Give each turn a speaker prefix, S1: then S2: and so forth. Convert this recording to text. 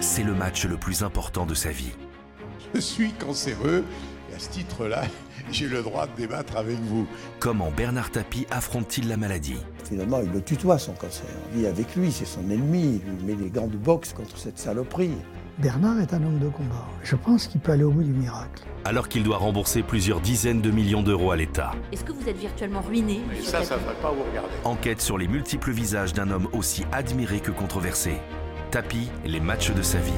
S1: c'est le match le plus important de sa vie.
S2: Je suis cancéreux et à ce titre-là, j'ai le droit de débattre avec vous.
S1: Comment Bernard Tapie affronte-t-il la maladie
S3: Finalement, il le tutoie son cancer. Il vit avec lui, c'est son ennemi. Il lui met les gants de boxe contre cette saloperie.
S4: Bernard est un homme de combat. Je pense qu'il peut aller au bout du miracle.
S1: Alors qu'il doit rembourser plusieurs dizaines de millions d'euros à l'État.
S5: Est-ce que vous êtes virtuellement ruiné
S2: Et
S5: monsieur
S2: ça, ça ne
S5: Tapie
S2: va pas vous regarder.
S1: Enquête sur les multiples visages d'un homme aussi admiré que controversé. Tapie, les matchs de sa vie.